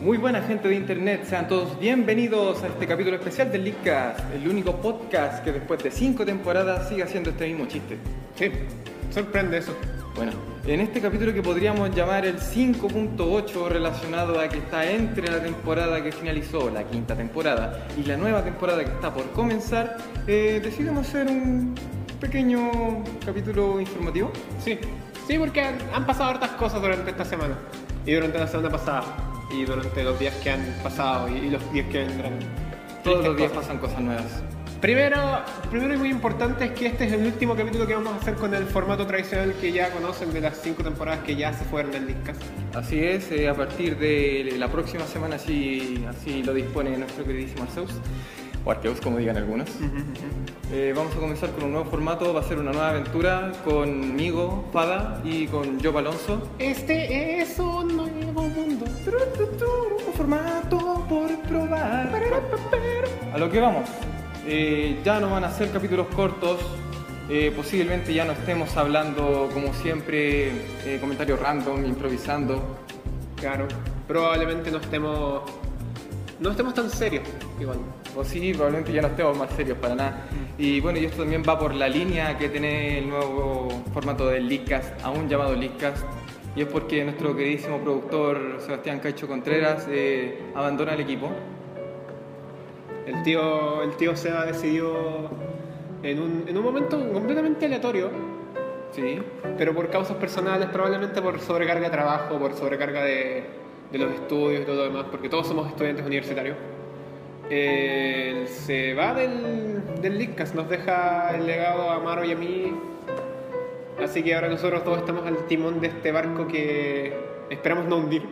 Muy buena gente de internet, sean todos bienvenidos a este capítulo especial del Leadcast, el único podcast que después de cinco temporadas sigue haciendo este mismo chiste. Sí, sorprende eso. Bueno, en este capítulo que podríamos llamar el 5.8 relacionado a que está entre la temporada que finalizó, la quinta temporada, y la nueva temporada que está por comenzar, eh, decidimos hacer un pequeño capítulo informativo. Sí, sí, porque han, han pasado hartas cosas durante esta semana. Y durante la semana pasada. Y durante los días que han pasado y, y los días que vendrán. Todos Tristes los días cosas. pasan cosas nuevas. Primero, primero y muy importante es que este es el último capítulo que vamos a hacer con el formato tradicional que ya conocen de las cinco temporadas que ya se fueron del Discast. Así es, eh, a partir de la próxima semana, si así lo dispone nuestro queridísimo Arceus, o Arceus como digan algunos, eh, vamos a comenzar con un nuevo formato, va a ser una nueva aventura conmigo, Fada, y con Job Alonso. Este es un nuevo mundo. Un formato por probar. A lo que vamos, eh, ya no van a ser capítulos cortos, eh, posiblemente ya no estemos hablando como siempre, eh, comentarios random, improvisando. Claro, probablemente no estemos, no estemos tan serios igual. O sí, probablemente ya no estemos más serios para nada. Y bueno, y esto también va por la línea que tiene el nuevo formato del Leadcast, aún llamado Leadcast. Y es porque nuestro queridísimo productor Sebastián Cacho Contreras eh, abandona el equipo. El tío, el tío Seba decidió en un, en un momento completamente aleatorio, Sí. pero por causas personales, probablemente por sobrecarga de trabajo, por sobrecarga de, de los estudios y todo lo demás, porque todos somos estudiantes universitarios. Él se va del, del Leadcast, nos deja el legado a Maro y a mí. Así que ahora nosotros todos estamos al timón de este barco que esperamos no hundir.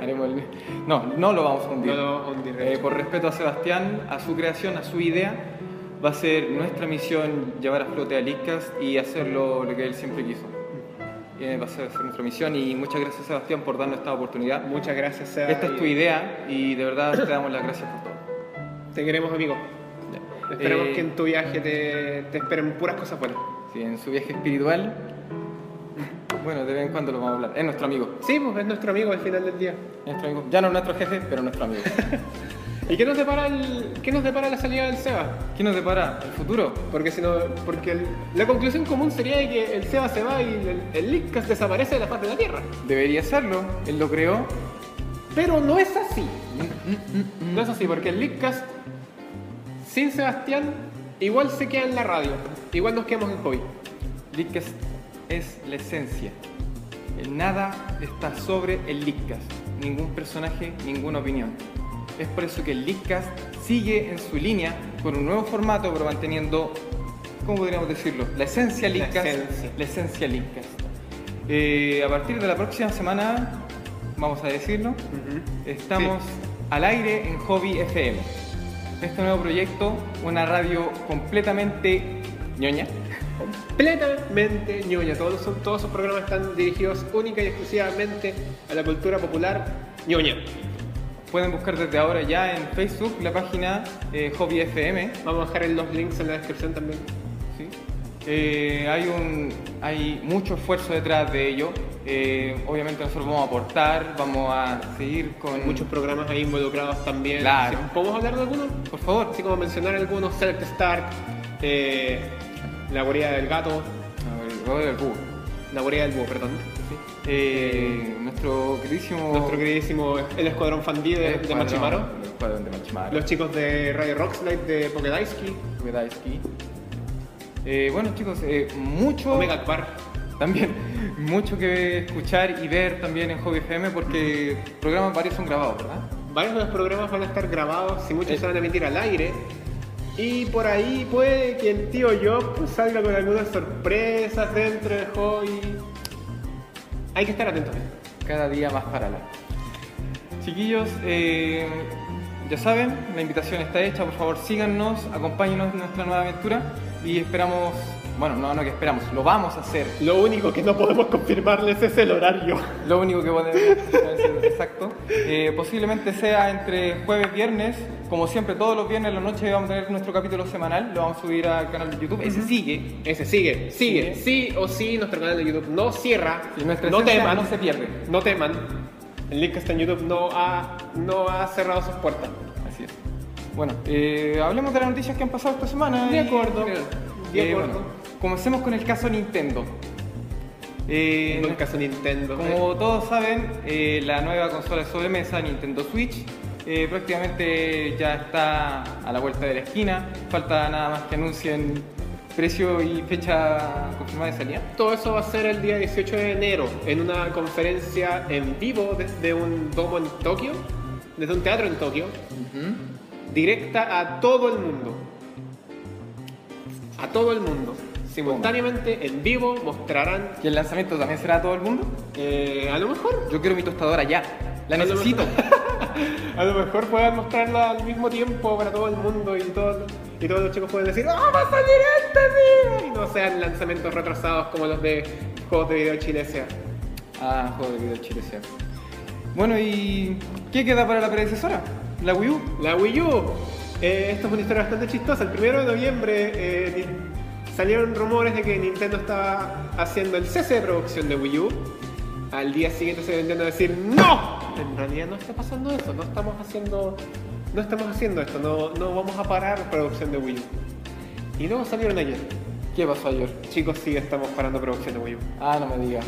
Haremos el... No, no lo vamos a hundir. No lo vamos a hundir. Eh, por respeto a Sebastián, a su creación, a su idea, va a ser nuestra misión llevar a flote a Leadcast y hacerlo lo que él siempre quiso. Eh, va a ser ser nuestra misión y muchas gracias Sebastián por darnos esta oportunidad. Muchas gracias, Seba. Esta es tu y idea y de verdad te damos las gracias por todo. Te queremos, amigo. Esperemos Eh, que en tu viaje te, te esperen puras cosas buenas. Sí, en su viaje espiritual, bueno, de vez en cuando lo vamos a hablar. Es nuestro amigo. Sí, pues es nuestro amigo al final del día. Es nuestro amigo. Ya no nuestro jefe, pero nuestro amigo. ¿Y qué nos depara, el, qué nos depara la salida del Seba? ¿Qué nos depara? ¿El futuro? Porque si no, porque el- la conclusión común sería de que el Seba se va y el, el Leadcast desaparece de la faz de la Tierra. Debería serlo. Él lo creó. Pero no es así. No es así, porque el Leadcast sin Sebastián igual se queda en la radio. Igual nos quedamos en hobby. Leadcast es la esencia. El nada está sobre el Leadcast. Ningún personaje, ninguna opinión. Es por eso que el Leadcast sigue en su línea con un nuevo formato, pero manteniendo, ¿cómo podríamos decirlo? La esencia La Leadcast. esencia. La esencia Leadcast. Eh, a partir de la próxima semana, vamos a decirlo, estamos al aire en Hobby FM. Este nuevo proyecto, una radio completamente ñoña. completamente ñoña. Todos, son- todos sus programas están dirigidos única y exclusivamente a la cultura popular ñoña. Pueden buscar desde ahora ya en Facebook la página eh, Hobby FM. Vamos a dejar en los links en la descripción también. ¿sí? Eh, hay, un, hay mucho esfuerzo detrás de ello. Eh, obviamente nosotros vamos a aportar, vamos a seguir con... Muchos programas ahí involucrados también. Claro. Sí, ¿Podemos hablar de algunos? Por favor. Así como mencionar algunos, Select Start, eh, La guarida del gato, A ver, voy al cubo. la hurea del búho, perdón. Eh, nuestro queridísimo. eh, Nuestro queridísimo, el escuadrón Fandí de, de Oh. Escuadrón- Machimaro. El escuadrón de Machimaro. Los chicos de Radio Rockslide de Pokedaisky. Gdański. Eh, bueno, chicos, eh, mucho. Omega Akbar. También, mucho que escuchar y ver también en Hobby FM porque programas varios son grabados, ¿verdad? Varios de los programas van a estar grabados, si Eh. muchos se van a emitir al aire. Y por ahí puede que el tío Job pues, salga con algunas sorpresas dentro de Hobby. Hay que estar atentos. cada día más para la. Chiquillos, eh, ya saben, la invitación está hecha, por favor síganos, acompáñenos en nuestra nueva aventura y esperamos, bueno, no, no que esperamos, lo vamos a hacer. Lo único que no podemos confirmarles es el horario. Lo único que podemos hacer, exacto, eh, posiblemente sea entre jueves, viernes, como siempre todos los viernes en la noche vamos a tener nuestro capítulo semanal, lo vamos a subir al canal de YouTube, ese sigue. Ese sigue, Sigue. sigue. Sí o sí, nuestro canal de YouTube no cierra. Y nuestra no esencia teman. no se pierde. No teman. El link que está en YouTube no ha, no ha cerrado sus puertas. Así es. Bueno, eh, hablemos de las noticias que han pasado esta semana. De y- acuerdo, de acuerdo. comencemos con el caso Nintendo. Eh, En el caso Nintendo. como todos saben, eh, la nueva consola de sobremesa, Nintendo Switch, eh, prácticamente ya está a la vuelta de la esquina. Falta nada más que anuncien precio y fecha confirmada de salida. Todo eso va a ser el día 18 de enero en una conferencia en vivo desde un domo en Tokio, desde un teatro en Tokio, directa a todo el mundo. A todo el mundo. Simultáneamente, en vivo, mostrarán. ¿Y el lanzamiento también será a todo el mundo? eh, a lo mejor. Yo quiero mi tostadora ya. La A lo necesito. A lo mejor puedan mostrarla al mismo tiempo para todo el mundo y, todo- y todos los chicos pueden decir ¡Ah, va a salir este día! Y no sean lanzamientos retrasados como los de juegos de video chileses. Ah, juego de video chile, cierto. Bueno, ¿y qué queda para la predecesora? La Wii U. La Wii U. Eh, esto es una historia bastante chistosa. El primero de noviembre eh, ni- salieron rumores de que Nintendo estaba haciendo el cese de producción de Wii U. Al día siguiente se vendieron a decir ¡No! En realidad no está pasando eso, no estamos haciendo. No estamos haciendo esto, no, no vamos a parar producción de Wii U. Y luego salieron ayer. ¿Qué pasó ayer? Chicos, sí estamos parando producción de Wii U. Ah, no me digas.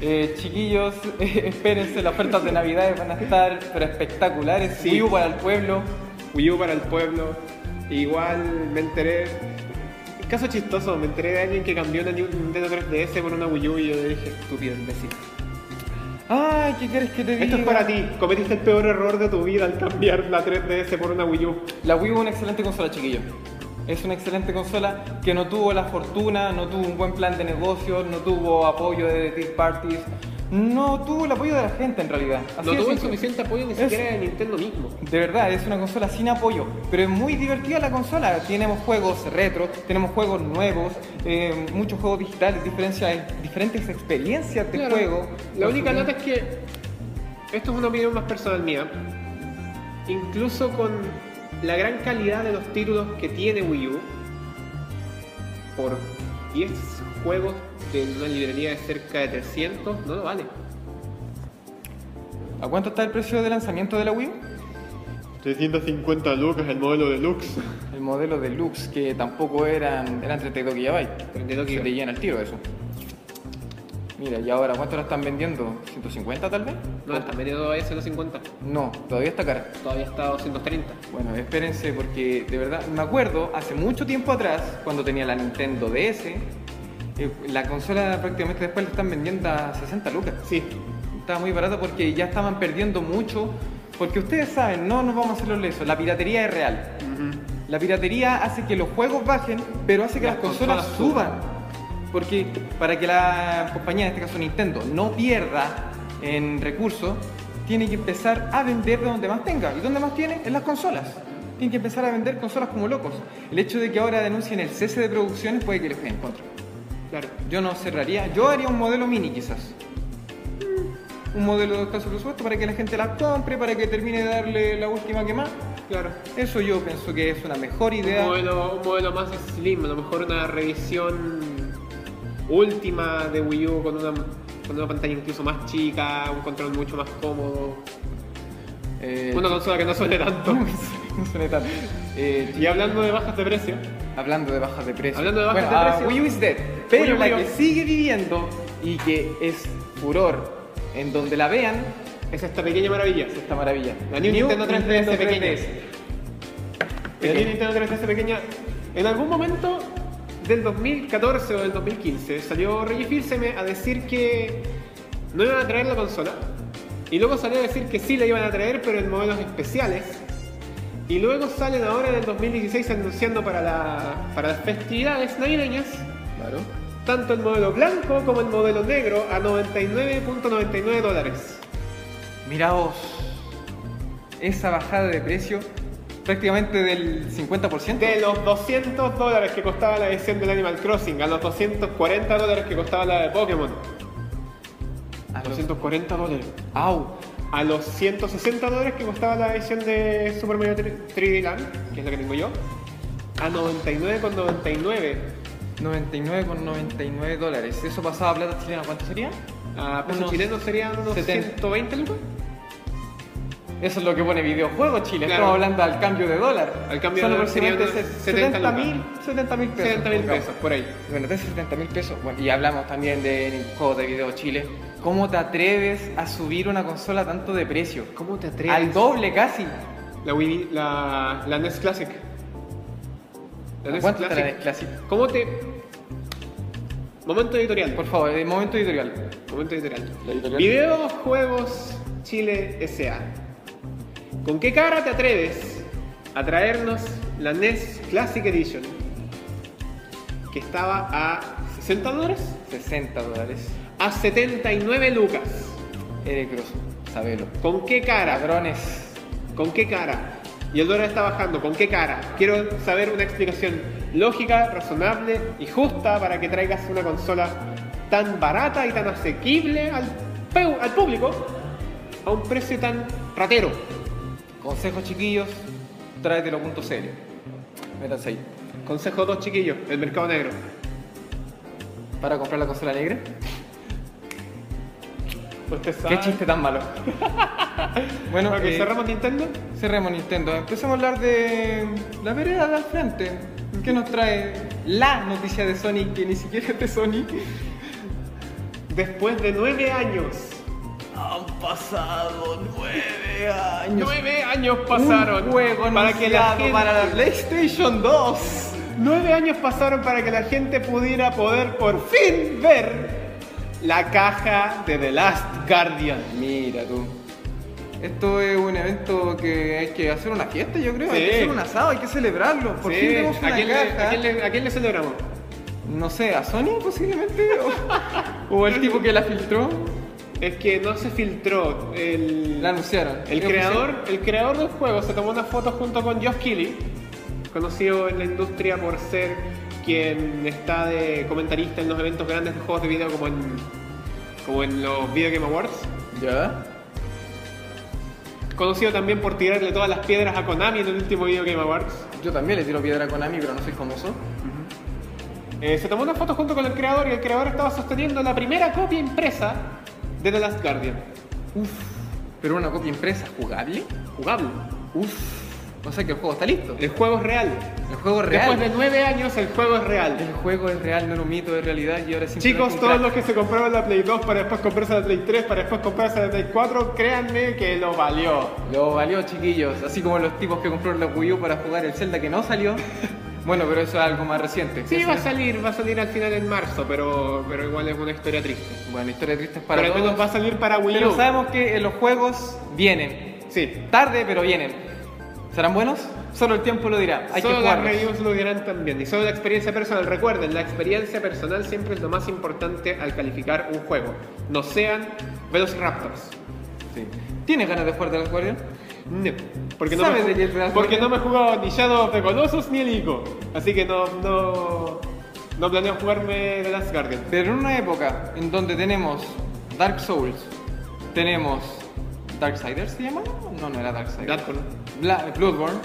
Eh, chiquillos, espérense, las ofertas de Navidad van a estar pero espectaculares. Sí. Wii U para el pueblo. Wii U para el pueblo. Igual me enteré. Caso chistoso, me enteré de alguien que cambió una Nintendo 3DS por una Wii U y yo dije, estúpido imbécil. Ay, ¿qué quieres que te diga? Esto es para ti, cometiste el peor error de tu vida al cambiar la 3DS por una Wii U. La Wii U es una excelente consola, chiquillos. Es una excelente consola que no tuvo la fortuna, no tuvo un buen plan de negocios, no tuvo apoyo de third parties, no tuvo el apoyo de la gente en realidad. Así de no tuvo el simple. suficiente apoyo ni Es- siquiera de Nintendo mismo. De verdad, es una consola sin apoyo, pero es muy divertida la consola. Tenemos juegos retro, tenemos juegos nuevos, eh, muchos juegos digitales, diferencia- diferentes experiencias de Claro. este juego. La única Por nota es que esto es una opinión más personal mía. Incluso con la gran calidad de los títulos que tiene Wii U, por 10 juegos de una librería de cerca de 300, no lo vale. supuesto. ¿A cuánto está el precio de lanzamiento de la Wii? U? 350 lucas el modelo deluxe. El modelo deluxe, que tampoco eran, eran 32 GB. 32 Se te gigas. llena el tiro eso. Mira, y ahora, ¿cuánto la están vendiendo? ¿150 tal vez? No, está medio todavía 150. No, todavía está cara. Todavía está a 230. Bueno, espérense porque de verdad me acuerdo hace mucho tiempo atrás, cuando tenía la Nintendo DS, eh, la consola prácticamente después la están vendiendo a 60 lucas. Sí, Estaba muy barata porque ya estaban perdiendo mucho. Porque ustedes saben, no nos vamos a hacer los lesos, la piratería es real. La piratería hace que los juegos bajen, pero hace que Las las, consolas, consolas suban. Porque para que la compañía, en este caso Nintendo, no pierda en recursos, tiene que empezar a vender de donde más tenga. ¿Y donde más tiene? En las consolas. Tiene que empezar a vender consolas como locos. El hecho de que ahora denuncien el cese de producciones puede que les jueguen en contra. claro. Yo no cerraría, yo haría un modelo mini quizás. Un modelo de escaso presupuesto para que la gente la compre, para que termine de darle la última que más. Claro. Eso yo pienso que es una mejor Un idea. modelo, un modelo más slim, a lo mejor una revisión última de Wii U con una, con una pantalla incluso más chica, un control mucho más cómodo, Eh, una consola que no suene tanto. no suene tan- eh, Y hablando de bajas de precio, hablando de bajas de precio. Hablando de bajas Bueno, de ah, precio. Wii U is dead. Pero Wii U, la Wii U. que sigue viviendo y que es furor. En donde la vean, Es esta pequeña maravilla. es esta maravilla. La New, Nintendo 3DS pequeña. 3DS. La New Pequeña. Nintendo 3DS pequeña. En algún momento del 2014 o del 2015 salió Reggie Fils-Aime a decir que no iban a traer la consola. Y luego salió a decir que sí la iban a traer, pero en modelos especiales. Y luego salen ahora en el 2016 anunciando para, la- para las festividades navideñas Claro. tanto el modelo blanco como el modelo negro a 99.99 dólares. Miraos esa bajada de precio prácticamente del 50%. De los 200 dólares que costaba la edición del Animal Crossing a los 240 dólares que costaba la de Pokémon. A los- 240 dólares. Ah, Au. A los 160 dólares que costaba la edición de Super Mario 3- 3D Land, que es la que tengo yo. A 99,99. 99,99 dólares. Eso pasaba a plata chilena, ¿cuánto sería? A pesos Unos chilenos serían unos 70. 120 lucas. Eso es lo que pone videojuego Chile. Claro. Estamos hablando al cambio de dólar. Al cambio de Son dólar sería unos 70 aproximadamente 70 mil pesos. 70 mil pongamos. pesos, por ahí. Bueno, de 70 mil pesos. Bueno, y hablamos también de juegos de video Chile. ¿Cómo te atreves a subir una consola tanto de precio? ¿Cómo te Al doble casi. La Wii, la, la NES Classic. La NES ¿Cuánto te la Classic. des Classic? ¿Cómo te...? Momento editorial, por Por favor, de momento editorial. favor. Momento editorial. La editorial. Videojuegos Chile S.A. ¿Con qué cara te atreves a traernos la NES Classic Edition? Que estaba a 60 dólares 60 dólares. a 79 lucas. Eres grosso, sabelo. ¿Con qué cara? Ladrones. ¿Con qué cara? Y el dólar está bajando, ¿con qué cara? Quiero saber una explicación lógica, razonable y justa para que traigas una consola tan barata y tan asequible al, peu- al público a un precio tan ratero. Consejos chiquillos, tráetelo punto serio. Métanse ahí. Consejo dos chiquillos, el mercado negro. ¿Para comprar la consola negra? Usted sabe. Qué chiste tan malo. bueno, Ok, eh, cerramos Nintendo. cerremos Nintendo. Empecemos a hablar de la vereda de al frente. ¿Qué nos trae la noticia de Sony que ni siquiera es de Sony? Después de nueve años. Han pasado nueve años. Nueve años Un juego para que la gente- para la PlayStation 2. Nueve años pasaron para que la gente pudiera poder por fin ver la caja de The Last Guardian. Mira tú. Esto es un evento que hay que hacer una fiesta, yo creo. Hay que Sí. hacer un asado, hay que celebrarlo. Por Sí, fin tenemos ¿a una quién, le, caja. a quién le- a quién le celebramos? No sé, ¿a Sony posiblemente? ¿O, o el tipo que la filtró? Es que no se filtró el... La anunciaron. El Es creador, oficial. el creador del juego se tomó una foto junto con Josh Keighley, conocido en la industria por ser quien está de comentarista en los eventos grandes de juegos de video como en, como en los Video Game Awards. ¿Ya? Conocido también por tirarle todas las piedras a Konami en el último Video Game Awards. Yo también le tiro piedra a Konami, pero no soy famoso. Eh, se tomó una foto junto con el creador y el creador estaba sosteniendo la primera copia impresa de The Last Guardian. Uf. Pero una copia impresa jugable. Jugable. Uf. O sea que el juego está listo. El juego es real. El juego es real. Después de nueve años, el juego es El real. juego es real, no es un mito, es realidad y ahora sí. Chicos, todos los que se compraron la Play 2 para después comprarse la Play 3, para después comprarse la Play 4, créanme que lo valió. Lo valió, chiquillos. Así como los tipos que compraron la Wii U para jugar el Zelda que no salió. Bueno, pero eso es algo más reciente. Sí, Eso va a es- salir, va a salir al final en marzo, pero, pero igual es una historia triste. Bueno, historia triste es para Pero al menos todos. va a salir para Wii Pero U. sabemos que eh, los juegos vienen. Sí. Tarde, pero vienen. ¿Serán buenos? Solo el tiempo lo dirá. Hay solo que las jugarlos. reviews lo dirán también. Y solo la experiencia personal. Recuerden, la experiencia personal siempre es lo más importante al calificar un juego. No sean Velociraptors. Sí. ¿Tienes ganas de jugar de las Guardian? No, porque no, ¿Sabes me, de qué trata? porque no me he jugado ni Shadow of the Colossus ni el Ico. Así que no, no, no planeo jugarme The Last Guardian. Pero en una época en donde tenemos Dark Souls, tenemos Darksiders, ¿se llama? No, no era Darksiders. Bloodborne. Bla- Bloodborne.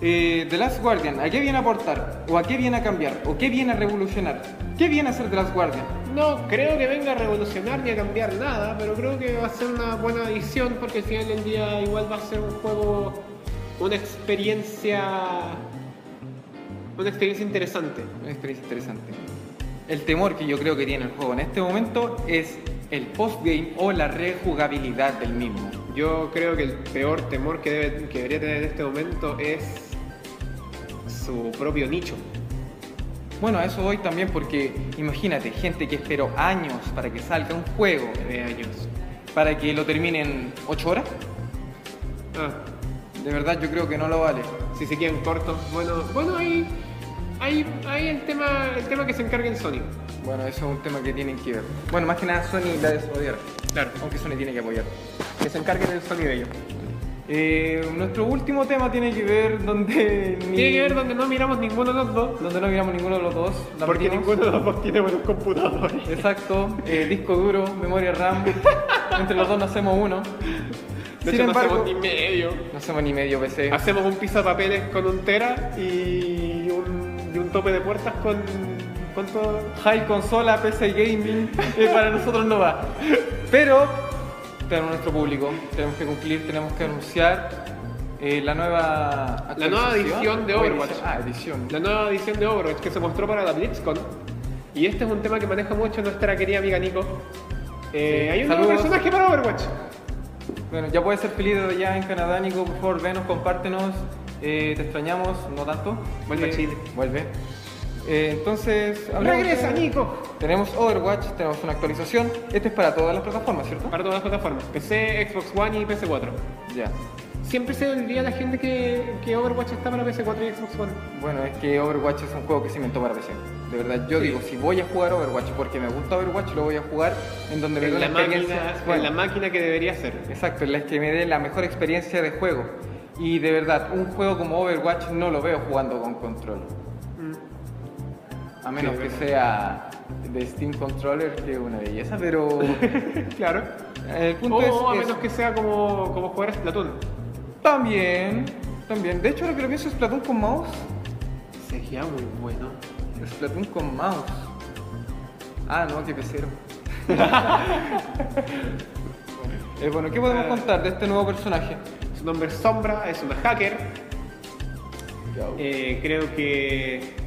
Eh, The Last Guardian, ¿a qué viene a aportar? ¿O a qué viene a cambiar? ¿O qué viene a revolucionar? ¿Qué viene a hacer The Last Guardian? No creo que venga a revolucionar ni a cambiar nada, pero creo que va a ser una buena edición porque al final del día igual va a ser un juego, una experiencia, una experiencia interesante. Una experiencia interesante. El temor que yo creo que tiene el juego en este momento es el postgame o la rejugabilidad del mismo. Yo creo que el peor temor que, debe- que debería tener en este momento es su propio nicho. Bueno, a eso voy también porque imagínate, gente que esperó años para que salga un juego, De años. para que lo termine en 8 horas, Ah, de verdad yo creo que no lo vale. si se quedan cortos. Bueno, bueno, ahí, ahí, ahí el tema, el tema que se encargue el Sony. Bueno, eso es un tema que tienen que ver. Bueno, más que nada Sony la desodiar, Claro. aunque Sony tiene que apoyar. Que se encarguen el Sony de ello. Eh, nuestro último tema tiene que ver donde... ni- Tiene que ver donde no miramos ninguno de los dos. donde no miramos ninguno de los dos. la Porque metimos. ninguno de los dos tiene buenos computadores. Exacto, eh, disco duro, memoria RAM. Entre los dos no hacemos uno. De Sin hecho, embargo, no hacemos ni Ah, medio. no hacemos ni medio PC. Hacemos un pisapapeles con un tera y un, y un tope de puertas con. ¿Cuánto? High consola, PC gaming, eh, para nosotros no va. Pero tenemos nuestro público, tenemos que cumplir, tenemos que anunciar eh, la nueva La nueva actualización. edición de O Overwatch. edición- Ah, edición. La nueva edición de Overwatch que se mostró para la BlitzCon. Y este es un tema que maneja mucho nuestra querida amiga Nico. Eh, Sí. Hay un nuevo Saludos. personaje para Overwatch. Bueno, ya puedes ser feliz desde allá en Canadá, Nico, por favor, venos, compártenos. eh, te extrañamos, no tanto. Vuelve a Chile. Vuelve. Eh, entonces, hablemos Regresa, de- Nico. Tenemos Overwatch, tenemos una actualización. Este es para todas las plataformas, ¿cierto? Para todas las plataformas: PC, Xbox One y PC4. Ya. Siempre se olvida la gente que, que Overwatch está para PC4 y Xbox One. Bueno, es que Overwatch es un juego que se inventó para PC. De verdad, yo Sí. digo, si voy a jugar Overwatch porque me gusta Overwatch, lo voy a jugar en donde me dé En una la, experiencia. máquina, en bueno, la máquina que debería ser. Exacto, en la que me dé la mejor experiencia de juego. Y de verdad, un juego como Overwatch no lo veo jugando con control. A menos Mm. Sí, que bueno. sea de Steam Controller, que es una belleza, pero Claro. el punto O es Oh, a eso. menos que sea como, como jugar a Splatoon. También, también. De hecho, lo que lo pienso es Splatoon con mouse. Sería muy bueno. Splatoon con mouse. Ah, no, qué pesero. Eh, bueno, ¿qué podemos contar de este nuevo personaje? Su nombre es Sombra, es una hacker. Eh, creo que.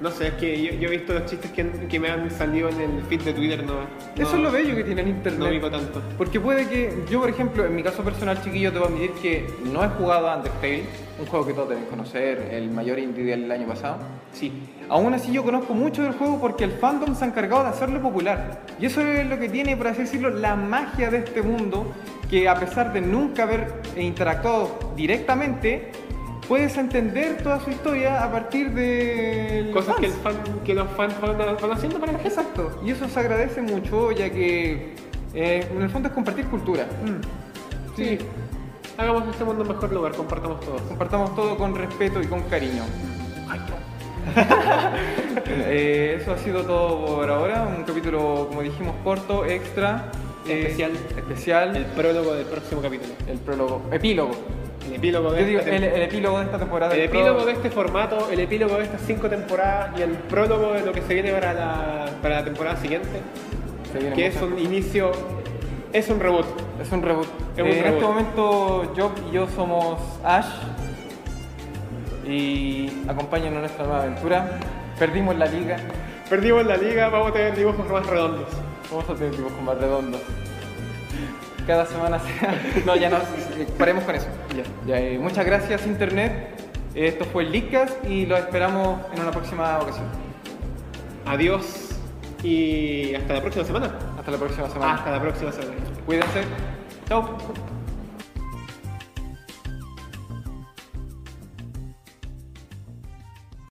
No sé, es que yo, yo he visto los chistes que, han- que me han salido en el feed de Twitter. No, Eso no- es lo bello que tiene el internet. No vivo tanto. Porque puede que, yo por ejemplo, en mi caso personal, chiquillo, te voy a admitir que no he jugado a Undertale, un juego que todos deben conocer, el mayor indie del año pasado. Sí. Aún así, yo conozco mucho del juego porque el fandom se ha encargado de hacerlo popular. Y eso es lo que tiene, por así decirlo, la magia de este mundo, que a pesar de nunca haber interactuado directamente, puedes entender toda su historia a partir de... Cosas que, el fan- que los fans van, van haciendo para la gente. Exacto, y eso se agradece mucho ya que eh, en el fondo es compartir cultura. Mm. Sí. Hagamos este mundo un mejor lugar, compartamos todos. Compartamos todo con respeto y con cariño. Eh, eso ha sido todo por ahora, un capítulo como dijimos corto, extra, eh, Especial. especial, El el, prólogo del próximo capítulo. prólogo, epílogo. El epílogo de Yo digo, esta el, el epílogo de esta temporada. El del epílogo pro- de este formato, el epílogo de estas cinco temporadas y el prólogo de lo que se viene para la, para la temporada siguiente, Se viene que es mucho. un inicio, es un reboot. es un reboot. es un Eh, En reboot. este momento Job y yo somos Ash y acompáñanos en nuestra nueva aventura. Perdimos la liga, Perdimos la liga, vamos a tener dibujos más redondos. vamos a tener dibujos más redondos. Cada semana sea... No, ya no, eh, paremos con eso. Ya. Ya, eh, muchas gracias Internet. Esto fue el Leadcast y los esperamos en una próxima ocasión. Adiós y hasta la próxima semana. Hasta la próxima semana. Hasta la próxima semana. Cuídense. Chao.